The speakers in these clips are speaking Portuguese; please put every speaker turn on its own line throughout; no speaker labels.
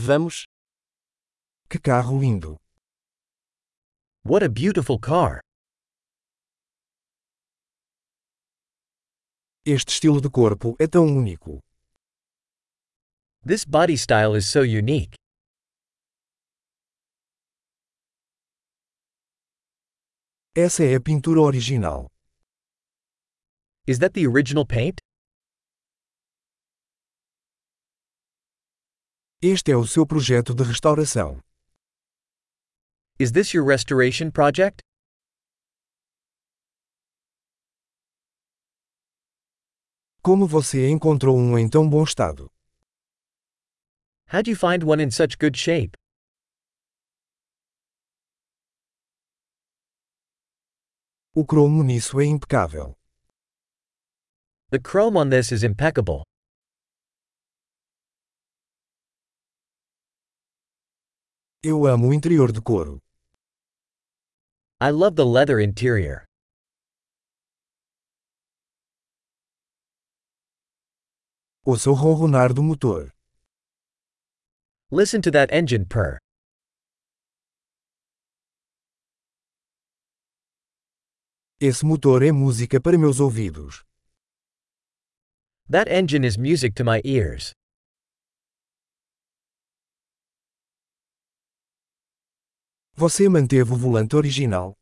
Vamos.
Que carro lindo!
What a beautiful car!
Este estilo de corpo é tão único.
This body style is so unique.
Essa é a pintura original.
Is that the original paint?
Este é o seu projeto de restauração.
Is this your restoration project?
Como você encontrou um em tão bom estado?
How'd you find one in such good shape?
O cromo nisso é impecável.
The chrome on this is impeccable.
Eu amo o interior de couro.
I love the leather interior.
Ouça o ronronar do motor.
Listen to that engine purr.
Esse motor é música para meus ouvidos.
That engine is music to my ears.
Você manteve o volante original?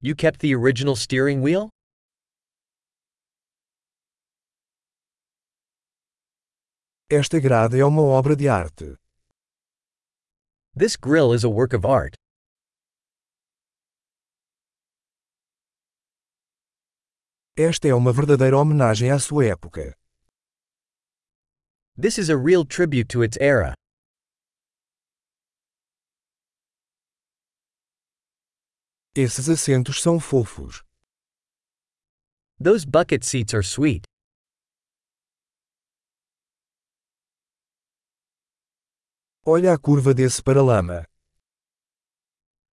You kept the original steering wheel?
Esta grade é uma obra de arte.
This grill is a work of art.
Esta é uma verdadeira homenagem à sua época.
This is a real tribute to its era.
Esses assentos são fofos.
Those bucket seats are sweet.
Olha a curva desse paralama.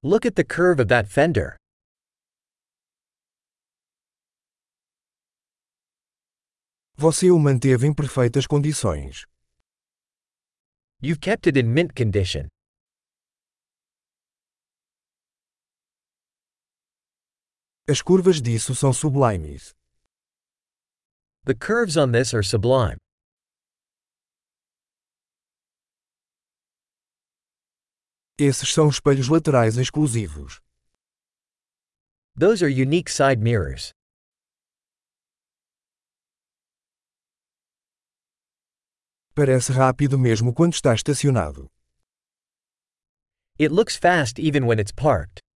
Look at the curve of that fender.
Você o manteve em perfeitas condições.
You've kept it in mint condition.
As curvas disso são sublimes.
The curves on this are sublime.
Esses são espelhos laterais exclusivos.
Those are unique side mirrors.
Parece rápido mesmo quando está estacionado.
It looks fast even when it's parked.